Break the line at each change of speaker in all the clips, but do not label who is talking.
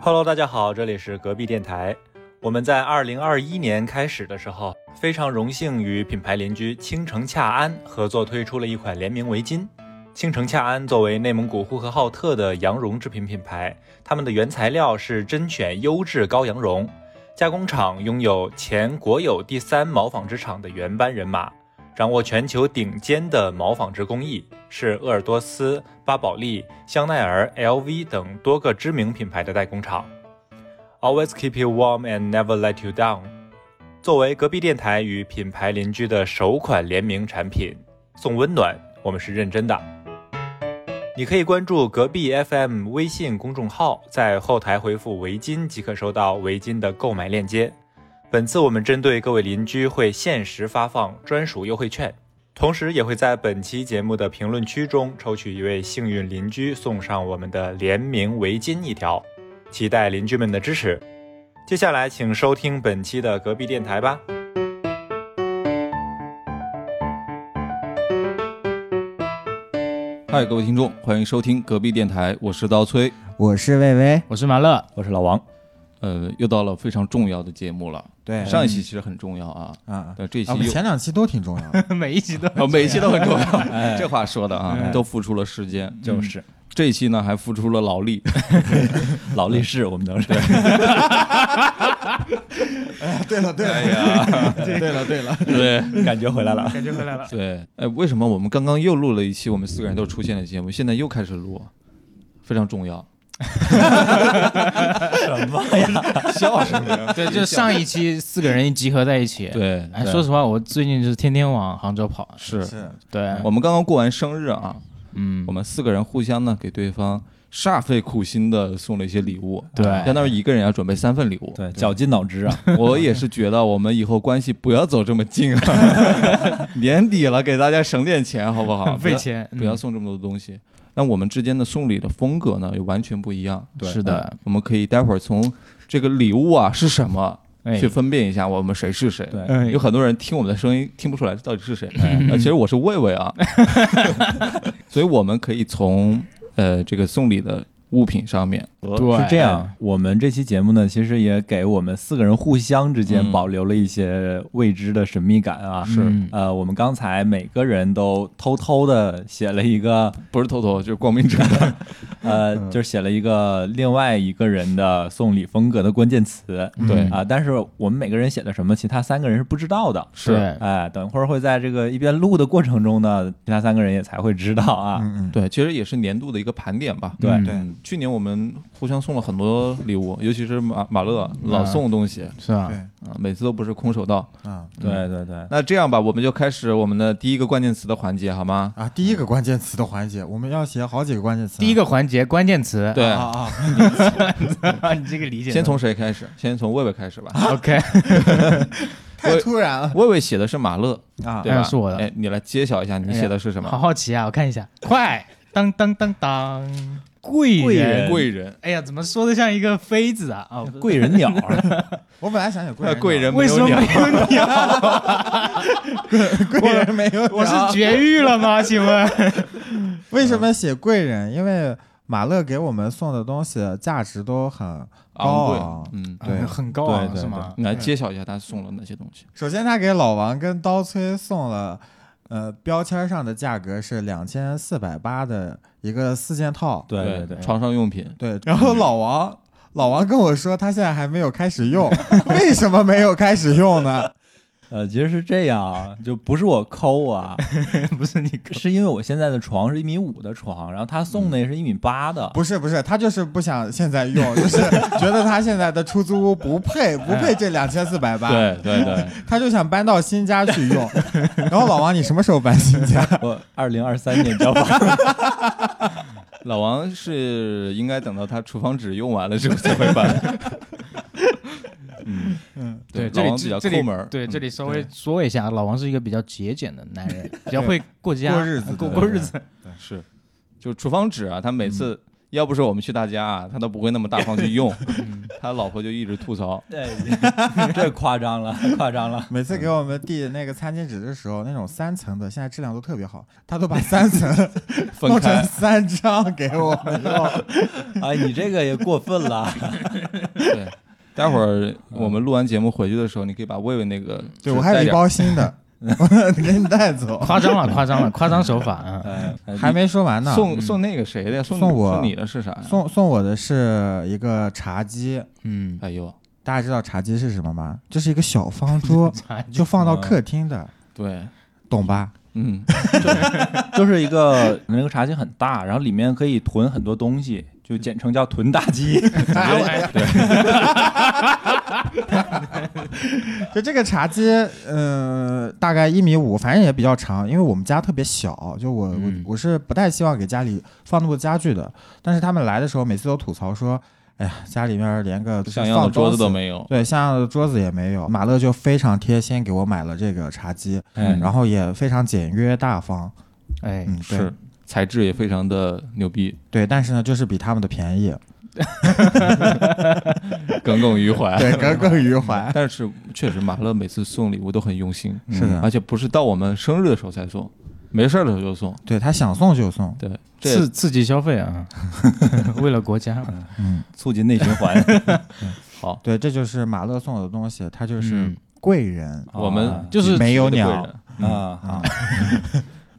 Hello，大家好，这里是隔壁电台。我们在二零二一年开始的时候，非常荣幸与品牌邻居青城恰安合作推出了一款联名围巾。青城恰安作为内蒙古呼和浩特的羊绒制品品牌，他们的原材料是甄选优质羔羊绒，加工厂拥有前国有第三毛纺织厂的原班人马，掌握全球顶尖的毛纺织工艺，是鄂尔多斯、巴宝莉、香奈儿、LV 等多个知名品牌的代工厂。Always keep you warm and never let you down。作为隔壁电台与品牌邻居的首款联名产品，送温暖，我们是认真的。你可以关注隔壁 FM 微信公众号，在后台回复“围巾”即可收到围巾的购买链接。本次我们针对各位邻居会限时发放专属优惠券，同时也会在本期节目的评论区中抽取一位幸运邻居，送上我们的联名围巾一条。期待邻居们的支持。接下来，请收听本期的隔壁电台吧。
嗨，各位听众，欢迎收听隔壁电台，我是刀崔。
我是魏巍，
我是马乐，
我是老王，
呃，又到了非常重要的节目了。
对
上一期其实很重要啊，
啊，
但这一
啊
期
我们
又、
前两期都挺重要 的，
每一集都
哦每一期都很重要，这话说的
哎
啊，都付出了时间。
嗯
嗯
就是
这一期呢，还付出了劳 力。
劳力士，我们都是。
对了对了， 对了对了，
哎 对
感觉回来了。
感觉回来了。
对，哎，为什么我们刚刚又录了一期我们四个人都出现的节目，现在又开始录，非常重要。
什么呀？
笑什么呀？
对，就上一期四个人集合在一起。，
对，
哎，
对
说实话，我最近就是天天往杭州跑。
是
是
对，
我们刚刚过完生日啊，
嗯
我，们四个人互相呢给对方煞费苦心的送了一些礼物，
对
相当于一个人要准备三份礼物。
对，绞尽脑汁啊！
我也是觉得我们以后关系不要走这么近啊， 年底了，给大家省点钱好不好？
很费钱，
不要，不要
嗯
送这么多东西。那我们之间的送礼的风格呢，也完全不一样。哎
对
是的，
我们可以待会儿从这个礼物啊是什么
哎
去，分辨一下我们谁是谁。
对
哎
嗯有很多人听我们的声音听不出来到底是谁，
嗯
呃其实我是魏魏啊， 所以我们可以从呃这个送礼的物品上面，
对
是这样，我们这期节目呢，其实也给我们四个人互相之间
嗯
保留了一些未知的神秘感啊。
是
嗯
呃，我们刚才每个人都偷偷的写了一个，
不是偷偷就是光明正大，
呃，就是写了一个另外一个人的送礼风格的关键词。
对
啊、但是我们每个人写的什么，其他三个人是不知道的。
对
哎，等会儿会在这个一边录的过程中呢，其他三个人也才会知道啊。
嗯嗯，
对，其实也是年度的一个盘点吧。
对
嗯
对，
去年我们互相送了很多礼物，尤其是马马乐
嗯
老送东西啊、
是吧？
对
每次都不是空手道。
啊
对对对，
那这样吧，我们就开始我们的第一个关键词的环节，好吗？
啊，第一个关键词的环节，我们要写好几个关键词，
第一个环节关键词，
对，
啊 啊，
你这个理解，
先从谁开始？先从魏魏开始吧。
OK，
太突然了
魏魏写的是马乐，
啊
对吧？
啊是我的
哎，你来揭晓一下，你写的是什
好
么？
好奇啊，我看一下，快，当当当当，贵人，
贵人，
哎呀，怎么说的像一个妃子啊？哦，
贵人鸟，
我本来想呃写贵人，
贵人
为什么没
鸟
有 鸟？
贵人没 有鸟，
我是绝育了吗？请问？
为什么写贵人？因为马乐给我们送的东西价值都很
昂贵
哦，
嗯。
对
啊很高昂
对对
是吗？
你来揭晓一下他送了哪些东西？
首先，他给老王跟刀崔送了，呃，标签上的价格是两千四百八的一个四件套，
对对对，
床上用品，
对， 然后老王。老王跟我说，他现在还没有开始 用，为什么没有开始用呢？
呃，其实是这样啊，就不是我抠啊，
不是你
是因为我现在的床是一米五的床，然后他送的也是一米八的。
不是不是，他就是不想现在 用，就是觉得他现在的出租屋不 配不配这两千四百八，
对对，
他就想搬到新家去 用。然后老王，你什么时候搬新家？
我二零二三年交房，
老王是应该等到他厨房纸用完了之后才会搬。 嗯嗯，
对，这
老
里
王比较
这
抠
里
门儿，
对，这
嗯
里稍微说一下，老王是一个比较节俭的男人，比较会过家 嗯
过日子的
嗯
过过日子。
是，就厨房纸啊，他每次要不是我们去他家啊，他都不会那么大方去 用。嗯他老婆就一直吐槽，
对，这夸张了，夸张了。
每次给我们递那个餐巾纸的时候，那种三层的，现在质量都特别好，他都把三 层
分
弄成
开
三张给 我们用。
哎，你这个也过分了。
对。待会儿我们录完节目回去的时候，你可以把魏魏那个
对我还有一
带点
包新 的，我给你带走。
夸张了，夸张了，夸张手法啊！
哎，
还没说完呢，
呃送送那个谁的呀？送
送我
送你的是啥呀？
送送我的是一个茶几，
嗯，，
哎呦，
大家知道茶几是什么吗？就是一个小方 桌
差距
就放
嗯
到客厅的，
对，
懂吧？
嗯，
就是一个那个茶几很大，然后里面可以囤很多东西，就简称叫囤大机。
哎
就这个茶几，呃，大概一米五，反正也比较长，因为我们家特别小，就我、
嗯
我我是不太希望给家里放那么多家具的。但是他们来的时候，每次都吐槽说，哎呀，家里面连个
像样的
放
桌子都
东西
没有。
对，像样的桌子也没有。马乐就非常贴心给我买了这个茶几，
嗯
哎，
然后也非常简约大方，
哎，
嗯，对
是材质也非常的牛逼，
对，但是呢，就是比他们的便宜，
耿耿于怀。
对，耿耿于怀。
但是确实，马乐每次送礼物都很用心，
是的
而且不是到我们生日的时候才送，没事儿的时候就送。
对他想送就送，
对，这
刺刺激消费啊！为了国家，
促进内循环。
好，
对，这就是马乐送我的东西，他就是
嗯
贵人
哦
我们
就是
没有鸟
所谓的贵人
啊，
啊。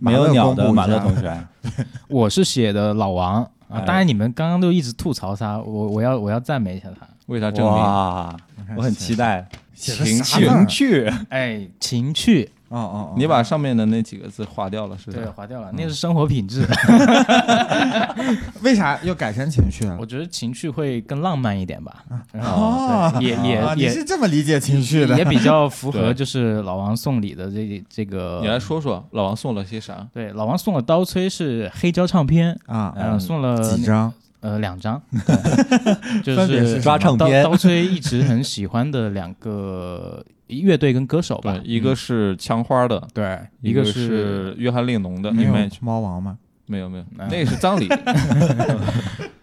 没有鸟的马
马乐
乐
公
同
布一下
学，
我是写的老王啊，
哎
当然你们刚刚都一直吐槽他，我我要我要赞美一下他。
为他证明
哇，我很期待
写的
情
啥
绪
字儿
情趣。嗯
哎，情趣，
哦哦，哦
你把上面的那几个字划掉了，是
对，
的。
划掉了，那是生活品质。
为啥又改成情绪了
我？觉得情趣会更浪漫一点吧，然
哦
后对也
啊，
也
你
也
是这么理解情绪的
也？比较符合
对
就是老王送礼的这这
你来
个。
说说老王送了些啥？
对，老王送了刀崔是黑胶唱片，
啊，
嗯，送了
几张？
呃两张，就
分别是
是
抓唱
刀
片
刀崔一直很喜欢的两个乐队跟歌手吧
对，，一个是枪花的，
对，
一
一个
是约翰列侬的
没有
image，
猫王吗？
没有没有，
嗯
那个是葬礼，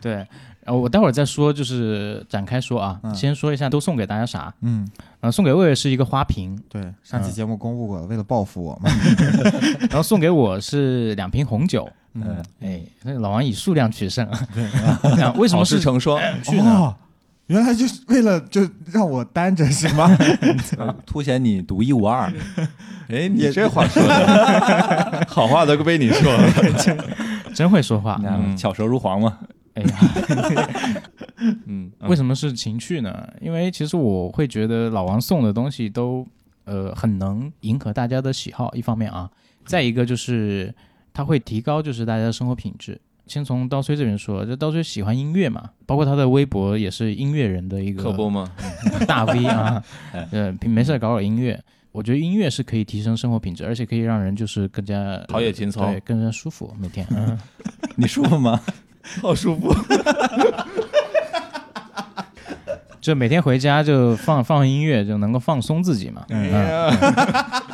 对，然后我待会儿再说，就是展开说啊，
嗯
先说一下都送给大家啥，
嗯，
呃，送给魏魏是一个花瓶，
对，上期节目公布过，为了报复我嘛。
然后送给我是两瓶红酒，
嗯，
哎，那老王以数量取胜， 啊，为什么
好事
是
成双，
去呢
哦原来就是为了就让我单着是吗？
凸显你独一无二。
哎，你这话说的， 好话都被你说了。
真会说话
你？看
嗯
巧舌如簧嘛。
哎呀，
嗯，
为什么是情趣呢？因为其实我会觉得老王送的东西都呃很能迎合大家的喜好，一方面啊，再一个就是他会提高就是大家的生活品质。先从刀崔这边说，这刀崔喜欢音乐嘛，包括他的微博也是音乐人的一
可
个
不嘛，
大 V 啊，
哎
呃，平没事儿搞搞音乐。我觉得音乐是可以提升生活品质，而且可以让人就是更加
陶冶情操
对，更加舒服每天。嗯
你舒服吗？
好舒服。
就每天回家就放放音乐，就能够放松自己嘛。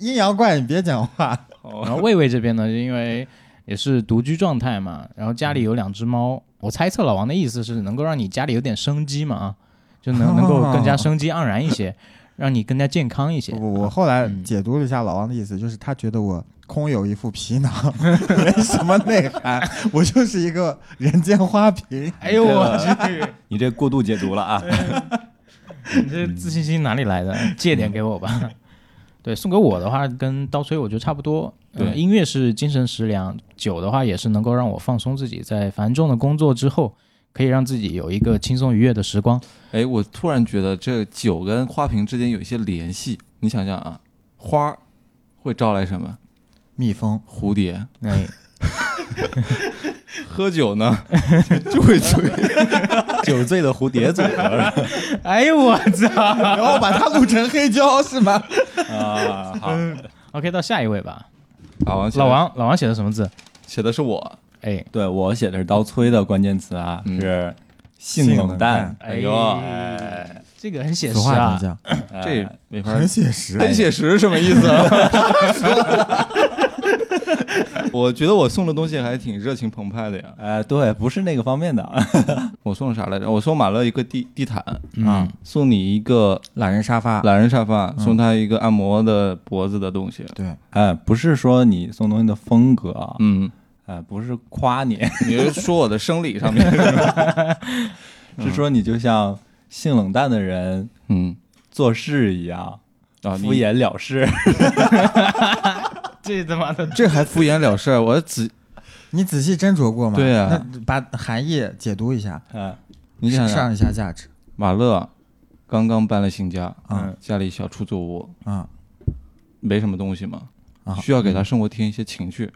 阴阳怪，你别讲 话。
然后魏魏这边呢，因为也是独居状态嘛，然后家里有两只猫，我猜测老王的意思是能够让你家里有点生机嘛，啊，就能能够更加生机盎然一些， 让你更加健康一些。
我我后来解读了一下老王的意思，就是他觉得我空有一副皮囊， 没什么内涵，我就是一个人间花瓶。
哎呦我去，
你这过度解读了啊！
你这自信心哪里来的？借点给我吧。 对，送给我的话跟刀崔我觉得差不多。呃
对
音乐是精神食粮，酒的话也是能够让我放松自己，在繁重的工作之后，可以让自己有一个轻松愉悦的时光。
哎，我突然觉得这酒跟花瓶之间有一些联系。你想想啊，花儿会招来什么？
蜜蜂，
蝴蝶。
哎，
喝酒呢，就会醉。
酒醉的蝴蝶组合
哎呦我操！
然后把它录成黑胶是吗？
啊，好，
嗯 OK，到下一位吧。
老王写的，
老王，老王写的什么字？
写的是我。
哎，
对我写的是刀崔的关键词啊，
嗯
是性冷淡。
哎呦
哎这个很写
此
实
话怎么讲？
啊。
哎
这没法，
很写实。
很写实是什么意思啊？ 我觉得我送的东西还挺热情澎湃的呀。
哎，对，不是那个方面的 啊。
我送了啥来着？我送马乐一个地地毯，啊
嗯，
送你一个
懒人沙发，
懒人沙发，送他一个按摩的脖子的东西。
对，
哎，不是说你送东西的风格啊，
嗯，
哎，不是夸你，
你是说我的生理上面？
是说你就像性冷淡的人
嗯
做事一样，
啊，
敷
你
衍了事。
这他妈的
这还敷衍了事儿？我只
你仔细斟酌过 吗？
对啊，
那把含义解读一下，
哎，
你想想，
上一下价值
马乐刚刚搬了新家，
嗯，
家里小出租屋，
啊
没什么东西嘛
啊，
需要给他生活添一些情趣，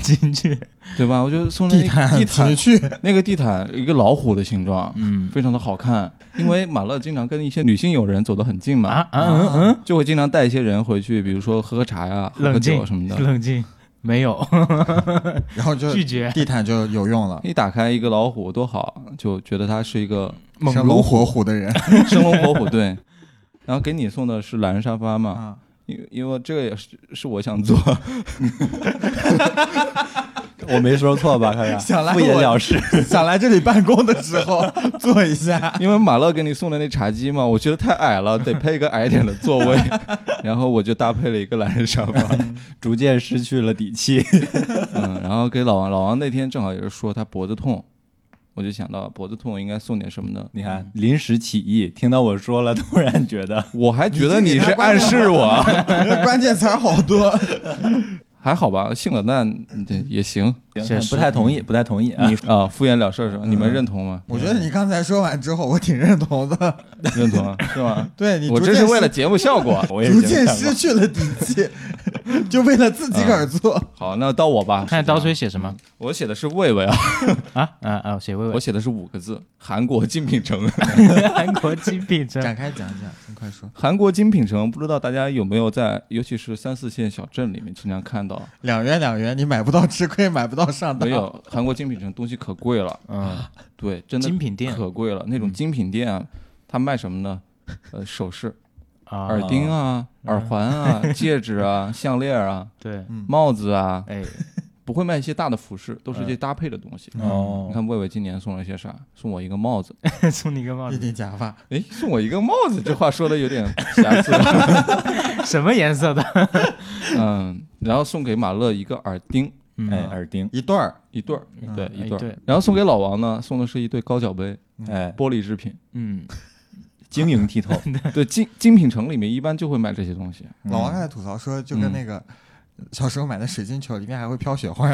进去，
对吧？我就送了
地
一个
毯
嗯地
情
毯，
趣，
那个地毯一个老虎的形状，
嗯
非常的好看。 因为马乐经常跟一些女性友人走得很近嘛，
啊啊嗯嗯，
就会经常带一些人回去，比如说喝喝茶呀、喝喝
冷
酒
静
什么的。
冷静，没有
然后就
拒绝，
地毯就有用了，
一打开一个老虎多好，就觉得他是一个
猛
生
龙
龙活虎的人
生龙活虎，对。然后给你送的是懒人沙发嘛，
啊，
因因为这个也是是我想做，
我没说错吧？看看，
想来
敷衍
我
了 事。
想来这里办公的时 候坐一下，
因为马乐给你送的那茶几嘛，我觉得太矮了，得配一个矮点的座位，然后我就搭配了一个懒人沙发，
逐渐失去了底气。
嗯，然后给老王，老王那天正好也是说他脖子痛，我就想到脖子痛应该送点什么呢？
你看，临时起意，听到我说了，突然觉得
我还觉得你是暗示我，
关键词儿好多，
还好吧，性冷淡嗯对也行，
确实
不太同意，不太同意啊
你。啊敷衍了事儿是吧？你们认同吗？
我觉得你刚才说完之后，我挺认同的，
认同啊是吧？
对你
我
逐
这
渐
是为
失
了节目效 果。
我也
逐
是这么
渐
想过
失去了底气， 就为了自己个儿做，
好，那到我吧。
看刀吹写什么
我写的是魏魏啊，
啊啊啊！写魏
我
魏，
写的是五个字：韩国精品城。
韩国精 品城，
嗯展开讲讲，你快说，
韩国精品城，不知道大家有没有在，尤其是三四线小镇里面经常看到？
两元两元，你买不到吃亏，买不到上当，
没有，韩国精品城东西可贵了，
嗯，
对，真的
精品店嗯
可贵了。那种精品店啊，它卖什么呢？呃，首饰、
啊，
耳钉啊、耳环 啊、戒指啊、项链啊、
对，
帽子啊，
哎，
不会卖一些大的服饰，都是一些搭配的东西。
哦
你，看魏魏今年送了些啥？送我一个帽子。
送你一个帽
一
子，
顶假发，
哎，送我一个帽子，这话说的有点瑕疵。
什么颜色
哎
的？
嗯，然后送给马乐一个耳钉，
哎，
嗯，
耳钉，
一对儿，
一对儿，对，
嗯
一对
一对
儿。然后送给老王呢，送的是一对高脚杯，
哎，
玻璃制品。
嗯，
晶莹 剔透。
对，精精品城里面一般就会卖这些东西。
老王刚才吐槽说，就跟那个小时候买的水晶球里面还会飘雪花，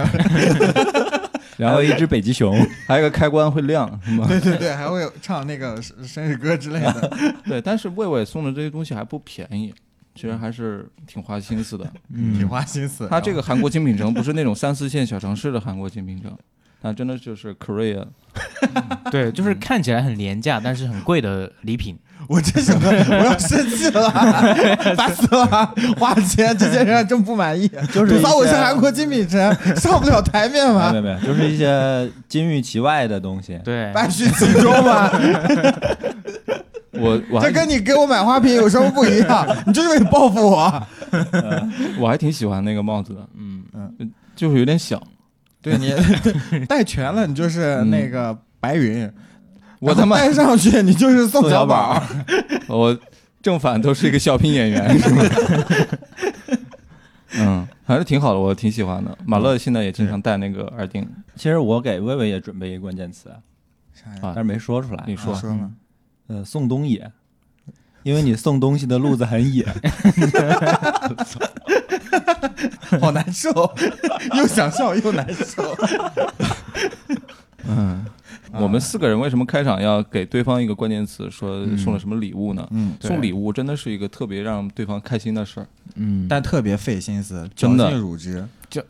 然后一只北极熊，
还有一个开关会亮，是吗？
对对对，还会唱那个生生日歌之类 的。
对，但是魏魏送的这些东西还不便宜，其实还是挺花心思的。
挺花心思。
他这个韩国精品城不是那种三四线小城市的韩国精品城，那真的就是 Korea
对，就是看起来很廉价，但是很贵的礼品。
我真想到，我要生气了，烦死了！花钱，这些人真不满意，
就是一
吐槽我是
些
韩国精品城，上不了台面
没有
吗
没？有没有，就是一些金玉其外的东西。
对，
败絮其中吗？
我我
这
还
跟你给我买花瓶有什么不一样？你就是为了报复我？
我还挺喜欢那个帽子的，嗯嗯，就是有点小。
对你戴全了，你就是那个白云。
我他妈
戴上去，你就是宋
宋小宝
宝。
我正反都是一个小品演员，是吗？ 嗯，还是挺好的，我挺喜欢的。马乐现在也经常戴那个耳钉，
其实我给魏魏也准备一个关键词，
啥呀
啊
但是没说出来。
你说
说嘛，
呃，送东野，因为你送东西的路子 很野。
好难受， 又想笑又难受。
我们四个人为什么开场要给对方一个关键词，说送了什么礼物呢？
嗯，
送礼物真的是一个特别让对方开心的事儿。
嗯，
但特别费心思，
真的
绞尽乳汁。
就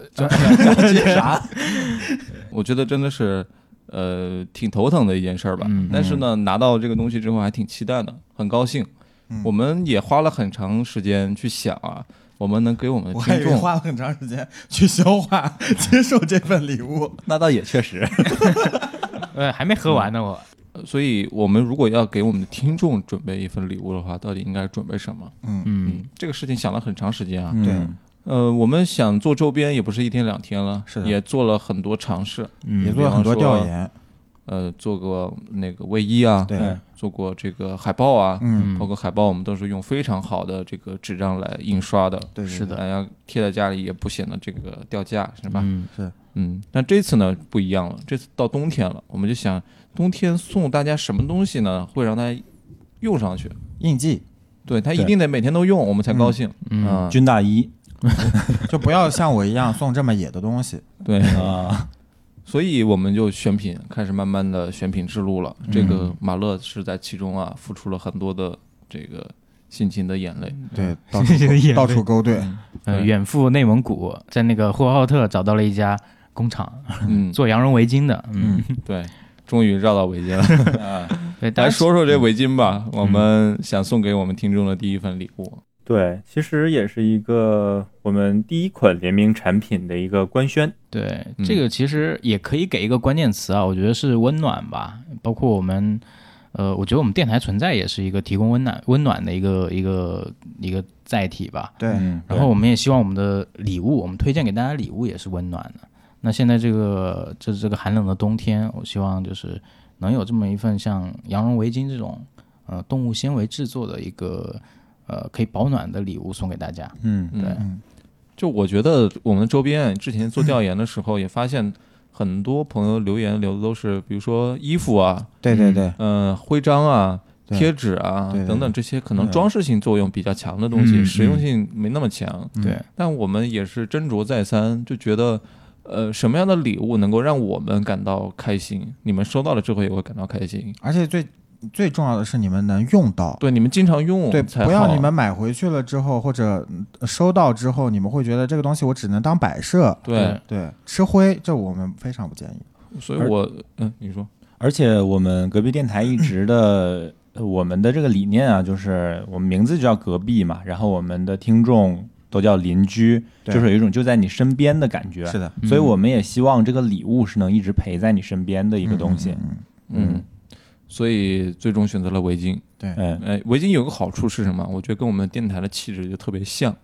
我觉得真的是，呃，挺头疼的一件事儿吧。
嗯
但是呢，拿到这个东西之后还挺期待的，很高兴。
嗯
我们也花了很长时间去想啊，我们能给我们的
我还
听
以为
众
花了很长时间去消 化、接受这份礼物。
那倒也确实，
呃还没喝完呢，我
呃所以我们如果要给我们的听众准备一份礼物的话，到底应该准备什么？
嗯，
嗯，
这个事情想了很长时间啊。
嗯
呃，我们想做周边也不是一天两天了，
是的
也做了很多尝试，
也
嗯
做了很多调研，
呃，做过那个卫衣啊，
对，
做过这个海报啊，
嗯，
包括海报，我们都是用非常好的这个纸张来印刷的，
对，
是
的，
的
大家贴在家里也不显得这个掉价，是吧？
嗯
嗯，那这次呢不一样了，这次到冬天了，我们就想冬天送大家什么东西呢，会让大家用上去？
印记
对他一
对
定得每天都用，我们才高兴
嗯，
啊、
军大衣
就不要像我一样送这么野的东 西，
对，
嗯
啊，
所以我们就选品，开始慢慢的选品之路了。
嗯
这个马乐是在其中啊，付出了很多的这个辛勤的眼泪。
对，到处
眼泪
到处勾兑，
呃，
对
远赴内蒙古，在那个呼和浩特找到了一家工厂
嗯，
做羊绒围巾的，嗯，
对，终于绕到围巾了。来
对，当时嗯
说说这围巾吧，我们想送给我们听众的第一份礼物。
对，其实也是一个我们第一款联名产品的一个官宣。
对
嗯
这个其实也可以给一个关键词啊，我觉得是温暖吧，包括我们。呃，我觉得我们电台存在也是一个提供温暖、温暖的一个一个一个载体吧。
对，
然后我们也希望我们的礼物，我们推荐给大家的礼物也是温暖的。那现在这个这这个寒冷的冬天，我希望就是能有这么一份像羊绒围巾这种呃动物纤维制作的一个呃可以保暖的礼物送给大家。
嗯，
对
嗯
就我觉得我们的周边之前做调研的时候也发现，很多朋友留言留的都是，比如说衣服啊，
对对对，
嗯、徽章啊、
对
贴纸啊
对对
等等这些可能
对
装饰性作用比较强的东西，
嗯
实用性没那么强。
嗯
对，
但我们也是斟酌再三，就觉得，呃，什么样的礼物能够让我们感到开心？你们收到了之后也会感到开心。
而且最最重要的是你们能用到，
对，你们经常用
对，
才好。
不要你们买回去了之后或者嗯收到之后，你们会觉得这个东西我只能当摆设，
对，
对，吃灰这我们非常不建议，
所以我嗯，你说
而且我们隔壁电台一直 的。呃我们的这个理念啊，就是我们名字就叫隔壁嘛，然后我们的听众都叫邻居，
对
就是有一种就在你身边的感觉。
是的，
所以
嗯
我们也希望这个礼物是能一直陪在你身边的一个东西。
嗯，嗯嗯
嗯。
嗯
所以最终选择了围巾。
嗯，
哎，围巾有个好处是什么？我觉得跟我们电台的气质就特别像。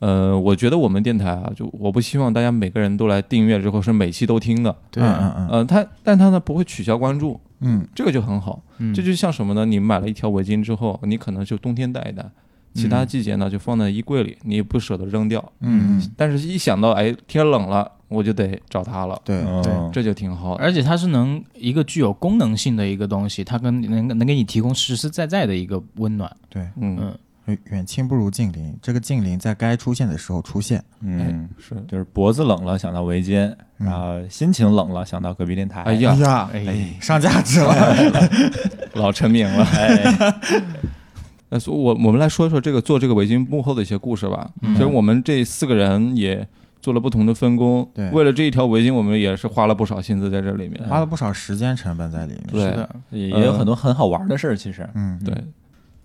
呃，我觉得我们电台啊，就我不希望大家每个人都来订阅之后是每期都听的。
对，啊
嗯嗯
呃，它但它呢不会取消关注，
嗯
这个就很好。
嗯
这就像什么呢？你买了一条围巾之后，你可能就冬天戴一戴，其他季节呢就放在衣柜里，你也不舍得扔掉。
嗯嗯，
但是一想到哎天冷了，我就得找它了，
对，
哦
这就挺好的。
而且它是能一个具有功能性的一个东西，它跟能能给你提供实实在在的一个 温暖。
对，
嗯，
远远亲不如近邻，这个近邻在该出现的时候出现，
嗯，
是。
就是脖子冷了想到围巾，
嗯
然后心情冷了想到隔壁电台。
哎呀，
呀，
哎，
上价值了，
老成名了。
哎
那所以我我们来说一说这个做这个围巾幕后的一些故事吧。其实我们这四个人也做了不同的分工，
对
为了这一条围巾，我们也是花了不少心思在这里面。
花了不少时间成本在里面，
哎对
是的，
也也有很多很好玩的事儿，其实。
嗯，
对。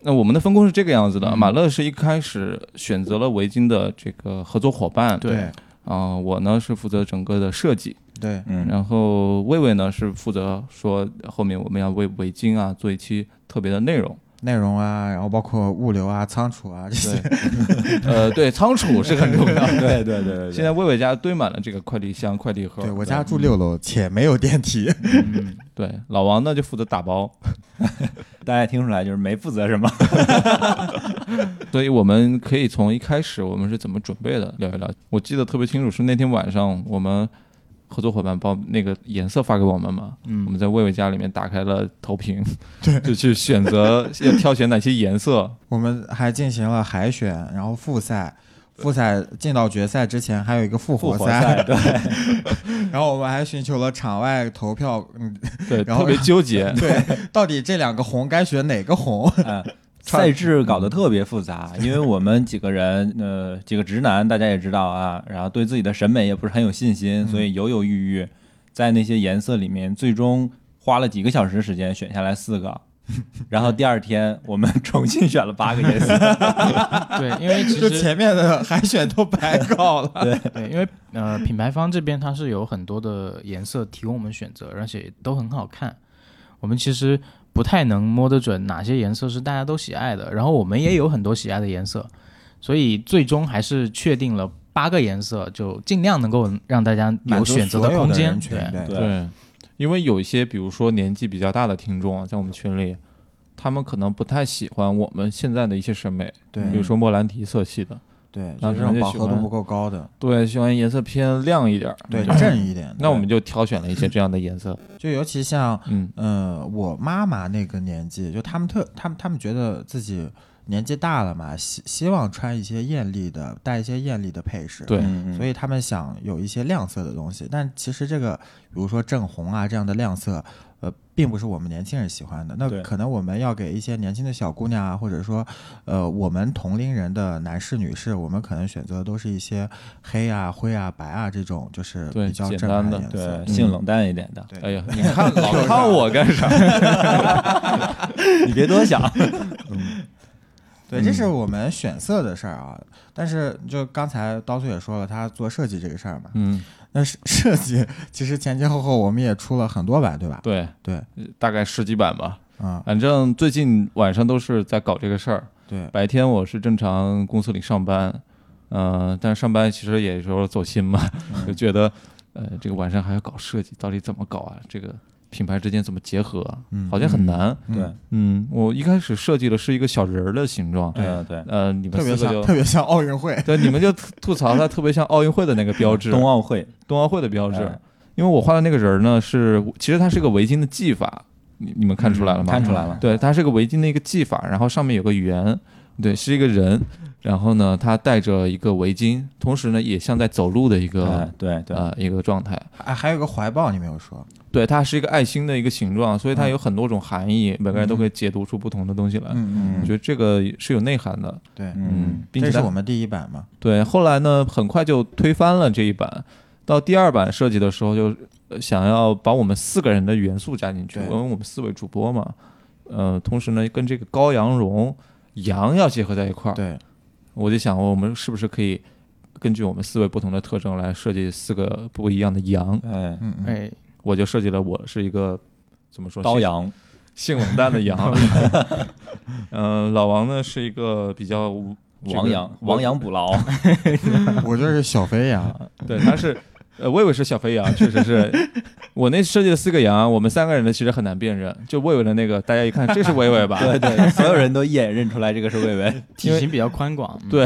那我们的分工是这个样子的，马乐是一开始选择了围巾的这个合作伙伴，
对
啊、我呢是负责整个的设计，
对，
嗯，
然后魏魏呢是负责说后面我们要为围巾啊做一期特别的内容，
内容啊，然后包括物流啊、仓储啊这些，
呃，对，仓储是很重 要的。
对对对对
现在魏魏家堆满了这个快递箱、快递盒。
对我家住六楼，且没有电梯，
对老王呢就负责打包，
大家听出来就是没负责什么。
所以我们可以从一开始我们是怎么准备的聊一聊。我记得特别清楚，是那天晚上我们合作伙伴把那个颜色发给我们嘛，
嗯
我们在魏魏家里面打开了投 屏，对，就去选择要挑选哪些颜色。
我们还进行了海选，然后复赛。复赛进到决赛之前，还有一个复
复
活
活赛，对，
然后我们还寻求了场外投票，嗯，
对，
然后
特别纠 结。
对，到底这两个红该选哪个红？
嗯，赛制搞得特别复杂，因为我们几个人，呃，几个直男，大家也知道啊，然后对自己的审美也不是很有信心，所以犹犹豫豫，在那些颜色里面，最终花了几个小时时间选下来四个，然后第二天我们重新选了八个颜色，
对，因为其
就
实
前面的海选都白搞了。
对，因为呃，品牌方这边它是有很多的颜色提供我们选择，而且都很好看。我们其实不太能摸得准哪些颜色是大家都喜爱的，然后我们也有很多喜爱的颜色，所以最终还是确定了八个颜色，就尽量能够让大家
满
有
足
选择
所有
空
的
间。
人群对
对
对，因为有一些比如说年纪比较大的听众啊，在我们群里，他们可能不太喜欢我们现在的一些审美，
对
比如说莫兰迪色系的，
对，
那
就是
这
这种
种
饱
喜
和度
欢
不够高的，
对，喜欢颜色偏亮一点儿，
对，
嗯
正一点。
那我
对
们就挑选了一些这样的颜色，
就尤其像
嗯，
呃，我妈妈那个年纪，就他们特他们他们觉得自己年纪大了嘛，希希望穿一些艳丽的，带一些艳丽的配饰。
对，
嗯
所以他们想有一些亮色的东西，但其实这个，比如说正红啊这样的亮色，呃，并不是我们年轻人喜欢的。那
对
可能我们要给一些年轻的小姑娘啊，或者说，呃，我们同龄人的男士、女士，我们可能选择的都是一些黑啊、灰啊、白啊这种，就是
对
比较
简
正派
单的
颜色嗯
对。
嗯
性冷淡一点的，
对
哎呀，你 看老看我干 啥？
你别多想。
对，这
嗯
是我们选色的事儿啊。但是就刚才刀叔也说了，他做设计这个事儿嘛，
嗯，
那设设计其实前前后后我们也出了很多版，对吧？
对，
对，
大概十几版吧。
啊、
反正最近晚上都是在搞这个事儿，
对，
白天我是正常公司里上班，呃，但是上班其实也有时候走心嘛，
嗯
就觉得，呃，这个晚上还要搞设计，到底怎么搞啊？这个品牌之间怎么结合啊、
嗯
好像很难。
嗯
对，
嗯，我一开始设计的是一个小人儿的形状，
嗯对，
呃，你们
特别
四个
像
就
特别像奥运 会。
对，你们就吐吐槽它特别像奥运会的那个标志，
冬奥会
冬奥会的标
不
志。
哎
因为我画的那个人儿呢是，其实它是个围巾的系法，你你们看出来
嗯
了吗？
嗯
嗯
看出来了，
对，它是个围巾的一个系法，然后上面有个圆，对，是一个人，然后呢，他戴着一个围巾，同时呢，也像在走路的一个、
哎对对
呃一个状态。
哎还还有个怀抱，你没有说，
对，它是一个爱心的一个形状，所以它有很多种含义，每个人都可以解读出不同的东西来。
嗯
我觉得这个是有内涵的，
对，
嗯，
并
这
且
是
它
我们第一版嘛，
对，后来呢，很快就推翻了这一版。到第二版设计的时候，就呃想要把我们四个人的元素加进去，
对
因为我们四位主播嘛，呃，同时呢，跟这个高羊绒羊要结合在一块儿。
对，
我就想，我们是不是可以根据我们四位不同的特征来设计四个不一样的羊？
哎，
嗯嗯，
哎，
我就设计了，我是一个怎么说
刀羊，
性冷淡的 羊，嗯、老王呢是一个比较这个
王羊，
我
亡羊补 牢，
我就是小肥羊，
对，他是，呃，我以为是小肥羊，确实是我那设计的四个羊，我们三个人的其实很难辨认，就魏魏的那个，大家一看这是魏魏吧？
对对， 所有人都一眼认出来这个是魏 巍，
体型比较宽广，嗯
对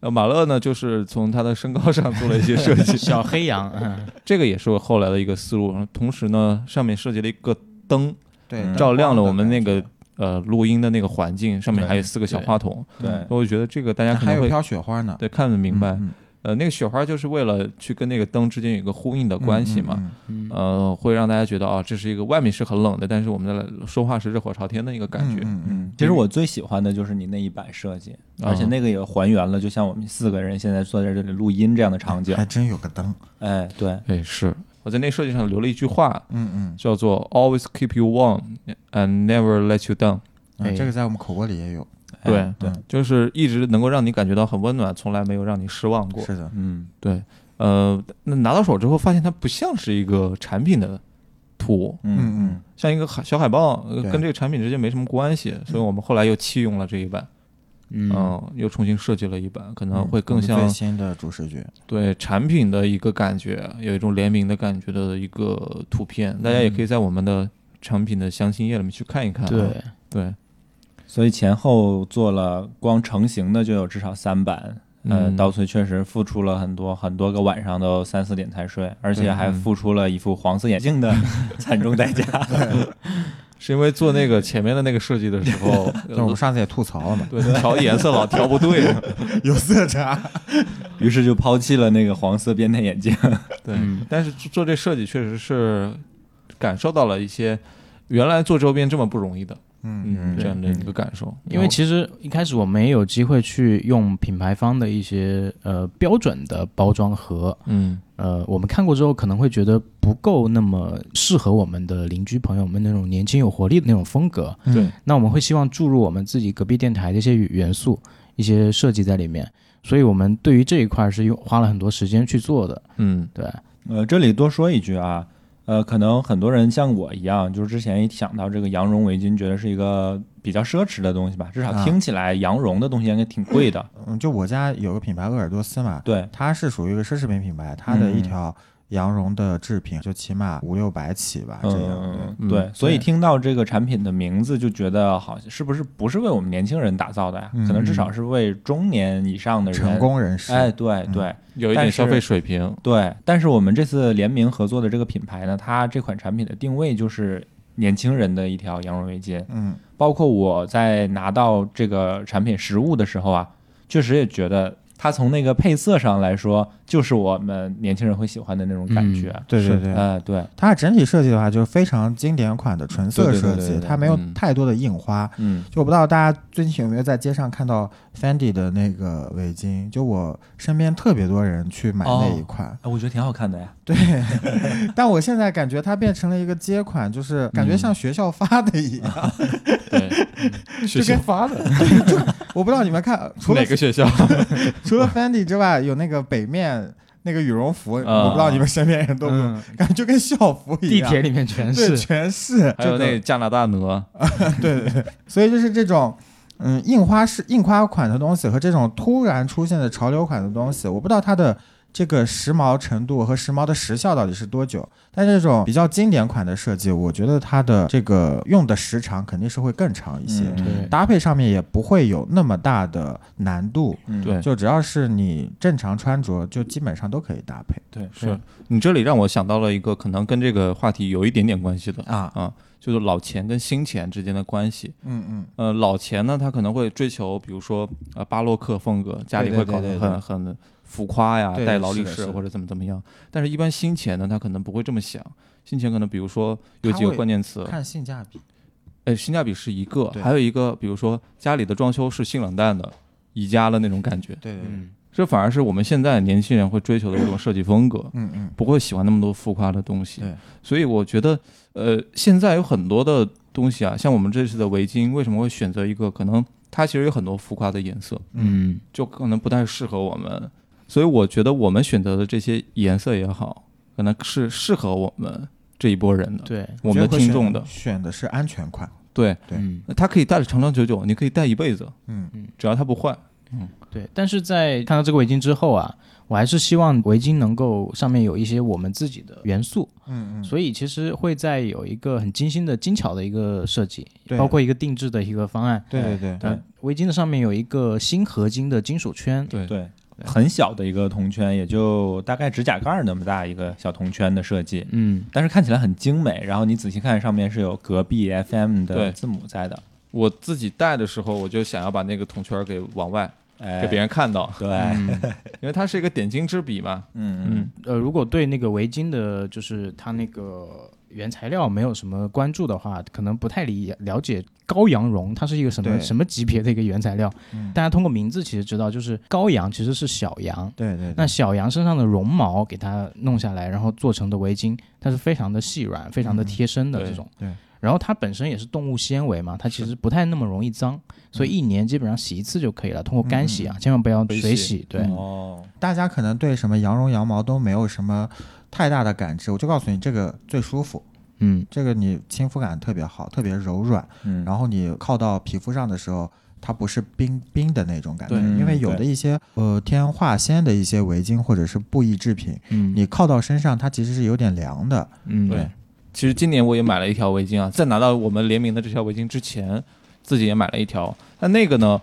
呃，马乐呢，就是从他的身高上做了一些设计，
小黑羊，嗯
这个也是我后来的一个思路。同时呢，上面设计了一个灯，
对
嗯，
照亮了我
灯
们
光的
那
感
个
觉。
呃录音的那个环境，上面还有四个小话筒，
对，
我觉得这个大家可
还
能
有
会
飘雪花呢，
对看得明白。
嗯，嗯
呃，那个雪花就是为了去跟那个灯之间有一个呼应的
嗯
关系
嗯
嘛。
嗯
嗯
呃，会让大家觉得啊，这是一个外面是很冷的，但是我们在说话是热火朝天的一个感觉。
嗯嗯
嗯，其实我最喜欢的就是你那一版设计，
啊
而且那个也还原了，就像我们四个人现在坐在这里录音这样的场景
嗯，还。真有个灯，
哎，对，
哎，是我在那设计上留了一句话，
嗯嗯
叫做 “always keep you warm and never let you down”，
嗯，
哎
这个在我们口播里也有，
哎
对
对，
就是一直能够让你感觉到很温暖，从来没有让你失望过。
是的，
嗯，
对，呃，那拿到手之后发现它不像是一个产品的图，
嗯
嗯
像一个海小海报，呃
对
跟这个产品之间没什么关系，所以我们后来又弃用了这一版，嗯、
哦
嗯，
又重新设计了一版，可能
嗯
会
我
更
们
像
最新的主视觉，
对产品的一个感觉，有一种联名的感觉的一个图片，大家也可以在我们的产品的详情页里面去看一看啊、
对，
对，
所以前后做了光成型的就有至少三版。呃，
嗯
刀翠确实付出了很多，很多个晚上都三四点才睡，而且还付出了一副黄色眼镜的 惨重代价。
是因为做那个前面的那个设计的时候，
但我们上次也吐槽了嘛，
对调颜色老调不对，
有色差，
于是就抛弃了那个黄色变态眼镜。
对
嗯，
但是做这设计确实是感受到了一些原来做周边这么不容易的，
嗯
嗯，
嗯
这样的一个感受，
因为其实一开始我们也有机会去用品牌方的一些呃标准的包装盒，
嗯
呃，我们看过之后可能会觉得不够那么适合我们的邻居朋友们那种年轻有活力的那种风格，
对
那我们会希望注入我们自己隔壁电台的一些元素、一些设计在里面，所以我们对于这一块是用花了很多时间去做的，
嗯
对，
呃，这里多说一句啊，呃，可能很多人像我一样，就是之前一想到这个羊绒围巾，觉得是一个比较奢侈的东西吧，至少
啊
听起来羊绒的东西应该挺贵的。
嗯，就我家有个品牌鄂尔多斯嘛，
对，
它是属于一个奢侈品品牌，它的
嗯
一条羊绒的制品就起码五六百起吧，这样。对
嗯，
嗯
对
对，
所以听到这个产品的名字就觉得好像是不是不是为我们年轻人打造的呀？
嗯
可能至少是为中年以上的人
成。功人士，
嗯哎，对
嗯
对，
有一
但
点消
是
费水平，
对，但是我们这次联名合作的这个品牌呢，它这款产品的定位就是年轻人的一条羊绒围巾。
嗯
包括我在拿到这个产品实物的时候啊，确实也觉得它从那个配色上来说，就是我们年轻人会喜欢的那种感觉。嗯，
对对对，
呃，对，
它整体设计的话，就是非常经典款的纯色
对对对
设
对对
计，
对
它没有
嗯
太多的印花。
嗯
就我不知道大家最近有没有在街上看到 Fendi 的那个围巾，就我身边特别多人去买那一款，
啊，我觉得挺好看的呀。
对，但我现在感觉它变成了一个街款，就是感
嗯
觉像学校发的一样，
对，学
就
校
跟发的，对就我不知道你们看，除了
哪个学校？
除了 Fendi 之外，有那个北面那个羽绒服，我不知道你们身边人都没有，
嗯，
感觉就跟校服一
地
样，
铁里面全
对，
是，
全是，
还有那个加拿大鹅，
对对对，所以就是这种。嗯，印花式印花款的东西和这种突然出现的潮流款的东西，我不知道它的这个时髦程度和时髦的时效到底是多久。但这种比较经典款的设计，我觉得它的这个用的时长肯定是会更长一些，
嗯
对，
搭配上面也不会有那么大的难度。
嗯，
对
就只要是你正常穿着，就基本上都可以搭配
对，
是你这里让我想到了一个可能跟这个话题有一点点关系的
啊。
啊，就是老钱跟新钱之间的关系。
嗯嗯，
呃，老钱呢，他可能会追求，比如说呃巴洛克风格，家里
对
会
对
搞
对
得
对
很很浮夸呀，
对
带劳
是
力
的
士
是的
或者怎么怎么样。但是，一般新钱呢，他可能不会这么想。新钱可能比如说有
他
几个
会
关键词，
看性价比。
呃，性价比是一个，
对
还有一个，比如说家里的装修是性冷淡的，宜家的那种感觉，
对对
嗯，
这反而是我们现在年轻人会追求的一种设计风格。
嗯嗯，
不会喜欢那么多浮夸的东西
对。
所以我觉得，呃，现在有很多的东西啊，像我们这次的围巾，为什么会选择一个可能它其实有很多浮夸的颜色，
嗯，
就可能不太适合我们。所以我觉得我们选择的这些颜色也好，可能是适合我们这一波人的，
对，
我们的听众
我
的。
觉得啊会选选的是安全款。
对，
对
嗯，
它可以戴的长长久久，你可以戴一辈子，
嗯
只要它不坏。
对。但是在看到这个围巾之后啊，我还是希望围巾能够上面有一些我们自己的元素，
嗯嗯，
所以其实会在有一个很精心的、精巧的一个设计，
对
包括一个定制的一个方案。
对对对，
对
呃，围巾的上面有一个锌合金的金属圈，
对
对，很小的一个铜圈，也就大概指甲盖儿那么大一个小铜圈的设计，
嗯，
但是看起来很精美。然后你仔细看，上面是有隔壁 FM 的
对
字母在的，
我自己戴的时候，我就想要把那个铜圈儿给往外
哎，
给别人看到，
对，
因为它是一个点睛之笔嘛。
嗯嗯，
呃，如果对那个围巾的，就是它那个原材料没有什么关注的话，可能不太理了解羔羊绒它是一个什么
对
什么级别的一个原材料。
嗯
大家通过名字其实知道，就是羔羊其实是小羊，
对对，对
那小羊身上的绒毛给它弄下来，然后做成的围巾，它是非常的细软、非常的贴身的
对
这种。
对
然后它本身也是动物纤维嘛，它其实不太那么容易脏，所以一年基本上洗一次就可以了，通过干洗啊，千万不要
水
水
洗嗯
洗。对，
哦，
大家可能对什么羊绒、羊毛都没有什么太大的感知，我就告诉你，这个最舒服，
嗯，
这个你亲肤感特别好，特别柔软，
嗯，
然后你靠到皮肤上的时候。它不是冰冰的那种感觉，
对
因为有的
对
一些呃天化纤的一些围巾或者是布艺制品，
嗯
你靠到身上它其实是有点凉的。
嗯
对其实今年我也买了一条围巾啊，在拿到我们联名的这条围巾之前，自己也买了一条。但那个呢，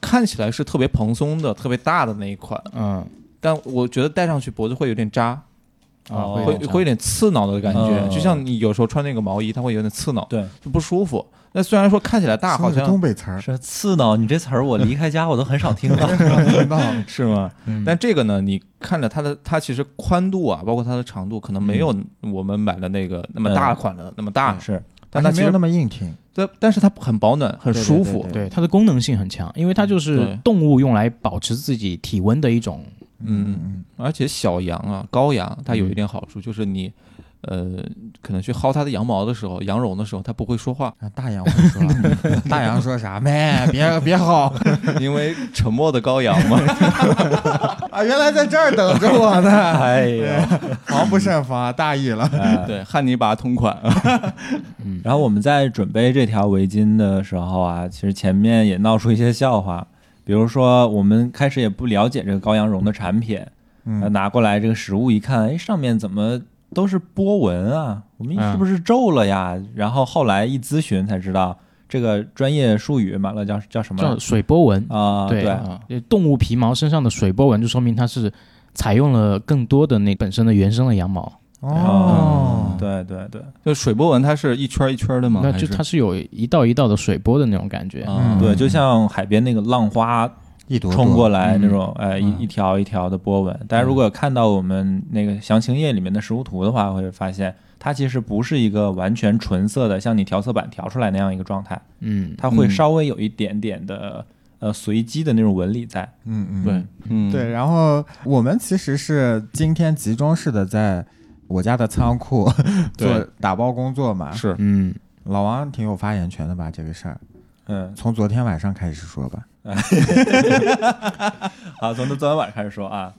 看起来是特别蓬松的、特别大的那一款，
嗯
但我觉得戴上去脖子会有点扎，
啊
哦
会
有点
会有点刺挠的感
哦
觉，
嗯
就像你有时候穿那个毛衣，它会有点刺挠，
对，
就不舒服。那虽然说看起来大，
说
好
的是东
像，
北词儿，
是刺挠你这词儿，我离开家我都很少听到，
听 到了
是吗？
嗯
但这个呢，你看着它的，它其实宽度啊，包括它的长度，可能没有
嗯
我们买的那个那么大款的那么 大，
是，
但
而
它
且
其
没有
实
那么硬挺。
但但是它很保暖，很
对对
舒
对
服，
对，它的功能性很强，因为它就是
对
动物用来保持自己体温的一种。
嗯。
嗯，
而且小羊啊，羔羊，它有一点好处，就是你，呃，可能去薅它的羊毛的时候，羊绒的时候，它不会说话
啊，大羊我说了， 大羊说啥？妹，别别好，
因为沉默的羔羊嘛。
啊，原来在这儿等着我 呢，
哎呀，
防不胜防啊，大意了。
哎
对，汉尼拔同款。啊
嗯，
然后我们在准备这条围巾的时候啊，其实前面也闹出一些笑话，比如说我们开始也不了解这个羔羊绒的产品，呃
嗯，
拿过来这个实物一看，哎，上面怎么都是波纹啊？我们是不是皱了呀？然后后来一咨询才知道，这个专业术语马乐叫叫什么
叫
来？
水波纹，
啊、
对
啊，
呃动物皮毛身上的水波纹，就说明它是采用了更多的那本身的原生的羊毛。
哦，
嗯对对对
就水波纹它是一圈一圈的吗？
那
还
就是它是有一道一道的水波的那种感觉。
啊
对，就像海边那个浪花
一朵
冲过来
嗯
那种，呃，
嗯
一一条一条的波纹。大家如果看到我们那个详情页里面的实物图的话，会发现它其实不是一个完全纯色的，像你调色板调出来那样一个状态，
嗯，
它会
嗯
稍微有一点点的呃随机的那种纹理在。
嗯嗯，
对，嗯，
对，然后我们其实是今天集中式的在我家的仓库做
对
打包工作嘛。
是
嗯，
老王挺有发言权的吧？这个事儿，
嗯，
从昨天晚上开始说吧。
好，从昨天晚上开始说啊。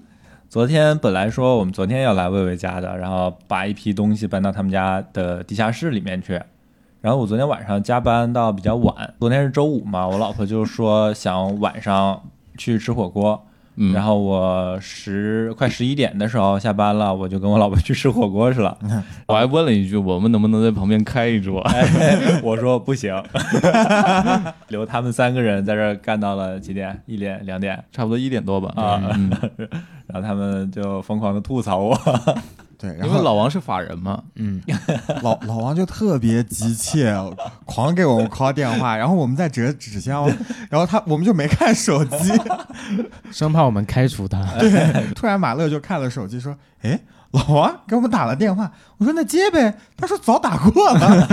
昨天本来说我们昨天要来魏魏家的，然后把一批东西搬到他们家的地下室里面去。然后我昨天晚上加班到比较晚，昨天是周五嘛，我老婆就说想晚上去吃火锅。
嗯，
然后我十快十一点的时候下班了，我就跟我老婆去吃火锅去了。
我还问了一句，我们能不能在旁边开一桌？
哎 我说不行，留他们三个人在这儿干到了几点？一点两点。
差不多一点多吧。
啊
嗯，
然后他们就疯狂的吐槽我，
对，然
因为
后
老王是法人嘛，
老老王就特别急切，狂给我们 call 电话，然后我们在折纸箱，然后他我们就没看手机，
生怕我们开除它。
突然马乐就看了手机说：“哎，老王给我们打了电话。”我说：“那接呗。”他说：“早打过了。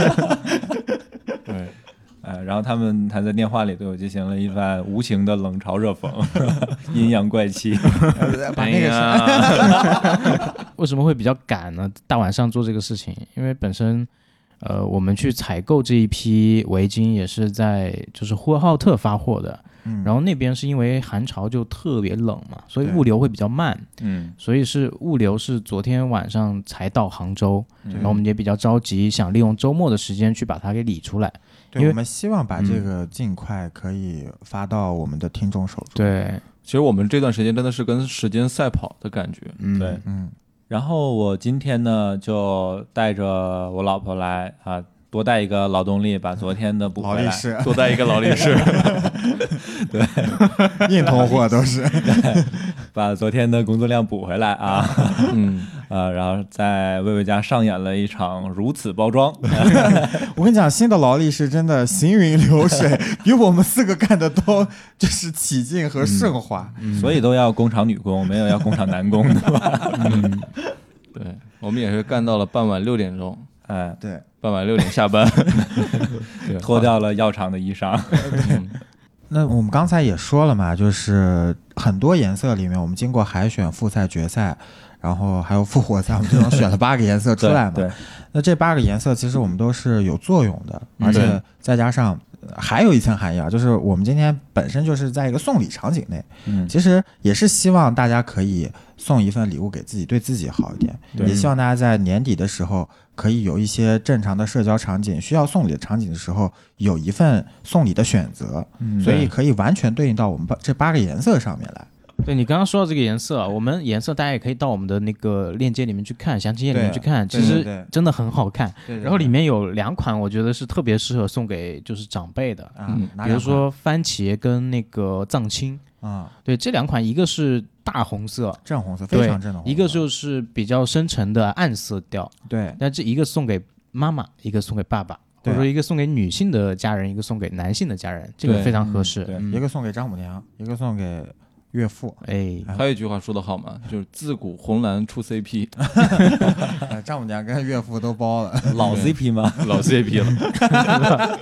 对，
呃，然后他们还在电话里对我进行了一番无情的冷嘲热讽， 阴阳怪气。
哎
呃”把那个啥
个
为什么会比较赶呢？大晚上做这个事情，因为本身，呃，我们去采购这一批围巾也是在就是呼和浩特发货的，
嗯
然后那边是因为寒潮就特别冷嘛，所以
对
物流会比较慢，
嗯
所以是物流是昨天晚上才到杭州，
对
然后我们也比较着急，想利用周末的时间去把它给理出来。
对，
因为嗯
我们希望把这个尽快可以发到我们的听众手中。，
对，
其实我们这段时间真的是跟时间赛跑的感觉。
嗯，
对，
嗯，
然后我今天呢就带着我老婆来啊，多带一个劳动力，把昨天的补
劳
回
力
来。
士
多带一个劳力士，
硬通货都是。
把昨天的工作量补回来 啊，
嗯，
呃，然后在魏魏家上演了一场如此包装，
我跟你讲，新的劳力士真的行云流水， 比我们四个干的都就是起劲和顺滑。
嗯
所以都要工厂女工，没有要工厂男工的 吧？
对，我们也是干到了傍晚六点钟，
哎，
对，
傍晚六点下班，对
脱掉了药厂的衣 裳，
那我们刚才也说了嘛，就是很多颜色里面，我们经过海选、复赛、决赛，然后还有复活赛，我们最终选了八个颜色出来嘛。
对，对
那这八个颜色其实我们都是有作用的，
嗯
而
对
且再加上呃还有一层含义啊，就是我们今天本身就是在一个送礼场景内，
嗯，
其实也是希望大家可以送一份礼物给自己，对自己好一点，
对
也希望大家在年底的时候可以有一些正常的社交场景，需要送礼的场景的时候有一份送礼的选择，
嗯
所以可以完全对应到我们八这八个颜色上面来。
对你刚刚说到这个颜色啊，我们颜色大家也可以到我们的那个链接里面去看，详情页里面去看，
对
其
对对
实真的很好看。
对
然后里面有两款，我觉得是特别适合送给就是长辈的，
啊
嗯，
哪
比如
两款
说番茄跟那个藏青。
啊，
对，这两款一个是大红色，
正红色
对
非常正的红色，
一个就是比较深沉的暗色调。
对
那这一个送给妈妈，一个送给爸爸，或
对啊
者说一个送给女性的家人，一个送给男性的家人，这个
对
非常合适。
对
嗯
一个送给丈母娘，一个送给岳父。
哎，
还有一句话说得好嘛，就是自古红蓝出 CP，
呃丈母娘跟岳父都包了。
老
对
CP 吗？
老 CP 了。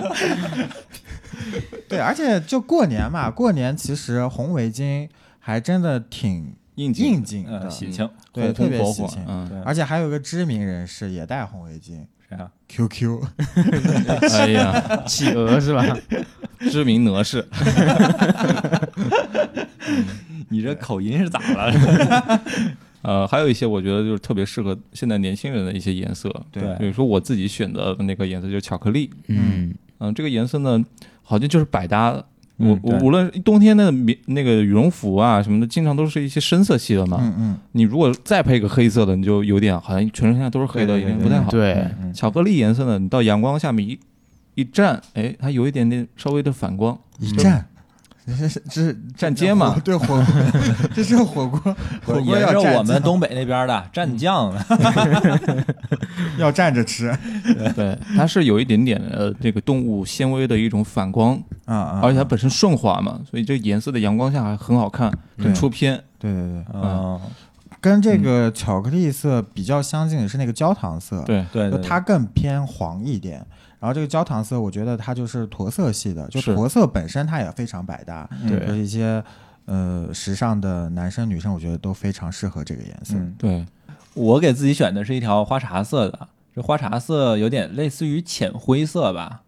对，而且就过年嘛，过年其实红围巾还真的挺
应景
应景的
嗯，，喜庆
对，
红
特
红
别
火
喜
火，
庆。
嗯，
而且还有一个知名人士也戴红围巾
谁啊？
，QQ。
哎 呀，
企鹅是吧？
知名哪吒，
你这口音是咋了？
呃，还有一些我觉得就是特别适合现在年轻人的一些颜色，
对
比如说我自己选择的那个颜色就是巧克力，
嗯
嗯、这个颜色呢好像就是百搭的。我
嗯
我
对
无论冬天的棉那个羽绒服啊什么的，经常都是一些深色系的嘛。
嗯嗯，
你如果再配一个黑色的，你就有点好像全身上都是黑的，
对对
有点
对
不太好。
对，
嗯
巧克力颜色呢，你到阳光下面一一站，哎，它有一点点稍微的反光，
一站，这是这是
站街嘛。
对火，这是火锅，火锅
也
要
是
蘸
我们
酱
东北那边的蘸酱，
要站着吃
对，它是有一点点呃这个动物纤维的一种反光，
啊啊！
而且它
啊
本身顺滑嘛，所以这颜色的阳光下还很好看，
对
很出片。
对对对，
嗯，
跟这个巧克力色比较相近的是那个焦糖色，
对，
对，
就
对
它更偏黄一点。然后这个焦糖色，我觉得它就是驼色系的，就是驼色本身它也非常百搭，
对
就是一些呃时尚的男生女生，我觉得都非常适合这个颜色。
嗯，
对，
我给自己选的是一条花茶色的，这花茶色有点类似于浅灰色吧，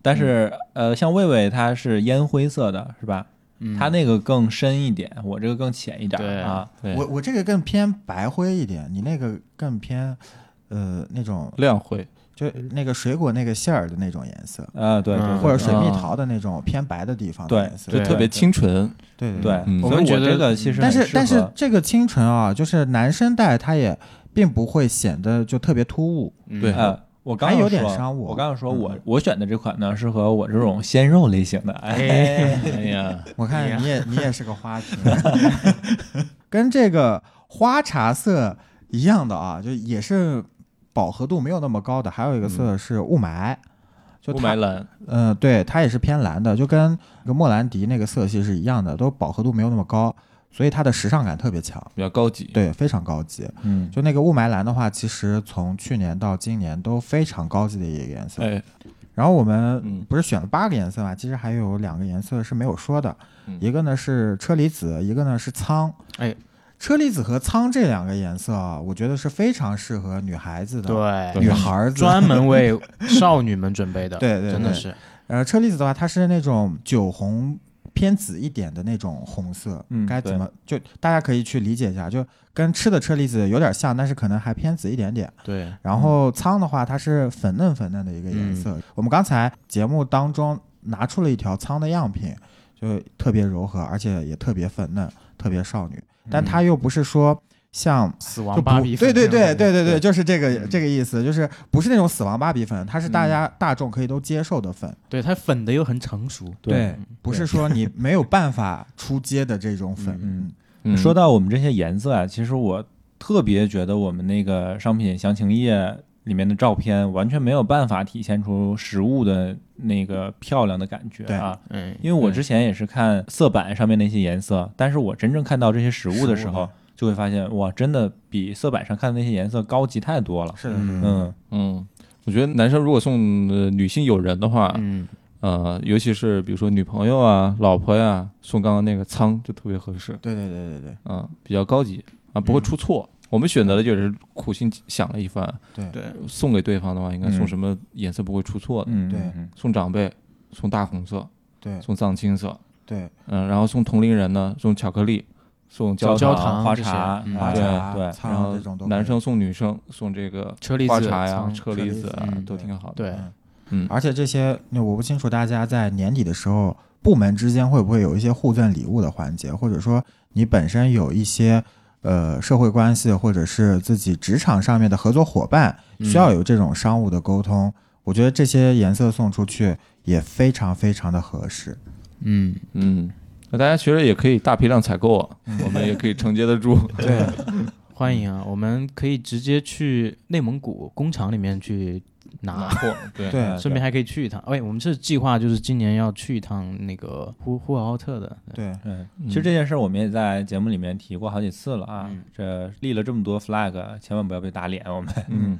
但是、呃，像魏魏它是烟灰色的，是吧？
嗯
它那个更深一点，我这个更浅一点
对
啊。
对
我我这个更偏白灰一点，你那个更偏呃那种
亮灰，
就那个水果那个馅儿的那种颜色，
啊，对对
嗯
或者
对
水蜜桃的那种偏白的地方的
对
颜色。
就特别清纯。
对对
对，
嗯
所以
我们觉
我
得
这个其实
但
很
是
适
但是
合
这个清纯啊，就是男生戴它也并不会显得就特别突兀。
对
呃，我刚刚
还有点
说
商务
我刚刚说
嗯
我、我选的这款呢，适合我这种鲜肉类型的。哎，
哎，
哎呀，
我
哎呀
看你也你也是个花瓶，跟这个花茶色一样的啊，就也是饱和度没有那么高的。还有一个色是雾霾，就
雾
它
霾蓝，
嗯，对，它也是偏蓝的，就跟那个莫兰迪那个色系是一样的，都饱和度没有那么高，所以它的时尚感特别强，
比较高级。
对，非常高级。
嗯，
就那个雾霾蓝的话，其实从去年到今年都非常高级的一个颜色。
哎，
然后我们
嗯
不是选了八个颜色嘛，其实还有两个颜色是没有说的，
嗯
一个呢是车厘子，一个呢是苍。
哎，
车厘子和苍这两个颜色啊，我觉得是非常适合女孩子的，
对，
女孩儿子
专门为少女们准备的，
对对
真的
对
是，
呃，车厘子的话，它是那种酒红偏紫一点的那种红色，
嗯
该怎么就大家可以去理解一下，就跟吃的车厘子有点像，但是可能还偏紫一点点。
对，
然后苍的话，它是粉嫩粉嫩的一个颜色。我们刚才节目当中拿出了一条苍的样品，就特别柔和，而且也特别粉嫩，特别少女，但它又不是说像
死
就
亡
不
芭比
对
粉
对
那
对
种
对对对，就是这个
嗯
这个意思，就是不是那种死亡芭比粉，它是大家大众可以都接受的粉。
对，它粉的又很成熟，
对，不是说你没有办法出街的这种粉。
嗯
嗯
说到我们这些颜色啊，其实我特别觉得我们那个商品详情页里面的照片完全没有办法体现出实物的那个漂亮的感觉啊。
哎
嗯，
因为我
对
之前也是看色板上面那些颜色，但是我真正看到这些实物的时
实物
候
的，
就会发现哇，真的比色板上看的那些颜色高级太多了。
是的，
嗯
嗯，
嗯，我觉得男生如果送呃女性友人的话，
嗯，
呃，尤其是比如说女朋友啊、老婆呀、送刚刚那个苍就特别合适，
对对对对对
啊、比较高级啊，不会出错。我们选择的就是苦心想了一番，
对
对，
送给对方的话，应该
嗯
送什么颜色不会出错的？
嗯，
对
嗯
送长辈，送大红色，
对
送藏青色，
对，
嗯，然后送同龄人呢，送巧克力，送焦
焦
糖，
糖
花
这些
茶
嗯
啊
花茶、
对对
苍
然
蝇
后
这种都
男
可以
生。送女生送这个
车厘
花
子、
茶呀、
苍
车厘子啊
嗯，
都挺好的。
对，
嗯，
而且这些，那我不清楚大家在年底的时候，部门之间会不会有一些互赠礼物的环节，或者说你本身有一些呃社会关系，或者是自己职场上面的合作伙伴，需要有这种商务的沟通。我觉得这些颜色送出去也非常非常的合适。
嗯，
嗯，那大家其实也可以大批量采购啊，我们也可以承接得住。
对，
欢迎啊，我们可以直接去内蒙古工厂里面去拿货，
对
对
嗯
顺便还可以去一趟。哎，我们是计划就是今年要去一趟那个呼呼和浩特的，
对，
嗯，其实这件事儿我们也在节目里面提过好几次了啊。
嗯
这立了这么多 flag，千万不要被打脸。我们
嗯，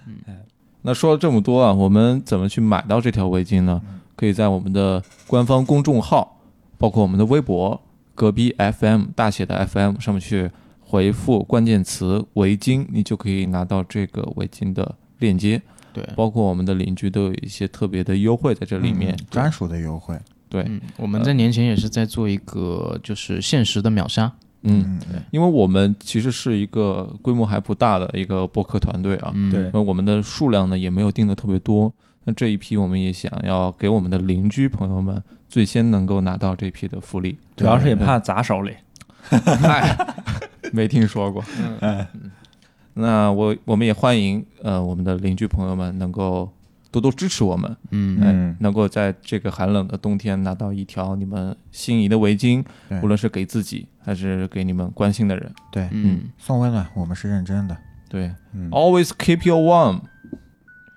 那说了这么多啊，我们怎么去买到这条围巾呢？可以在我们的官方公众号，包括我们的微博“隔壁 FM” 大写的 FM 上面去回复关键词“围巾”，你就可以拿到这个围巾的链接。
对，
包括我们的邻居都有一些特别的优惠在这里面。
嗯专属的优惠。
嗯
对，
呃
嗯，我们在年前也是在做一个就是限时的秒杀，
嗯，
对
因为我们其实是一个规模还不大的一个播客团队啊，
嗯，
对
那我们的数量呢也没有定的特别多。那这一批我们也想要给我们的邻居朋友们最先能够拿到这批的福利，
主要是也怕砸手里。
嗨，没听说过。嗯，那我我们也欢迎呃我们的邻居朋友们能够多多支持我们，
嗯
哎
嗯
能够在这个寒冷的冬天拿到一条你们心仪的围巾
对，
无论是给自己还是给你们关心的人。
对，
嗯，
送温暖，我们是认真的。
对
嗯
，Always keep you warm。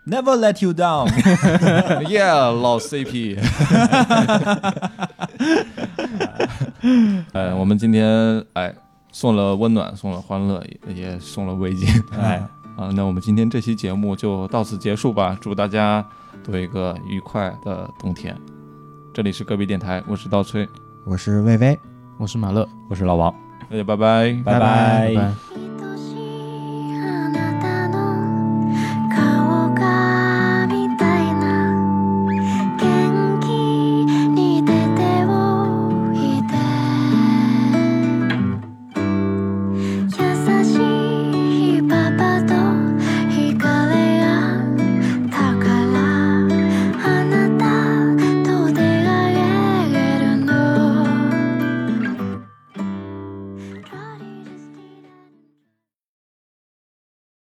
Never let you down。
Yeah，老 CP。哎，我们今天哎送了温暖，送了欢乐，也也送了围巾。
哎，
啊，那我们今天这期节目就到此结束吧。祝大家都有一个愉快的冬天。这里是隔壁电台，我是刀崔，
我是魏巍。
我是马乐，
我是老王，
大家拜拜。
拜
拜
拜拜。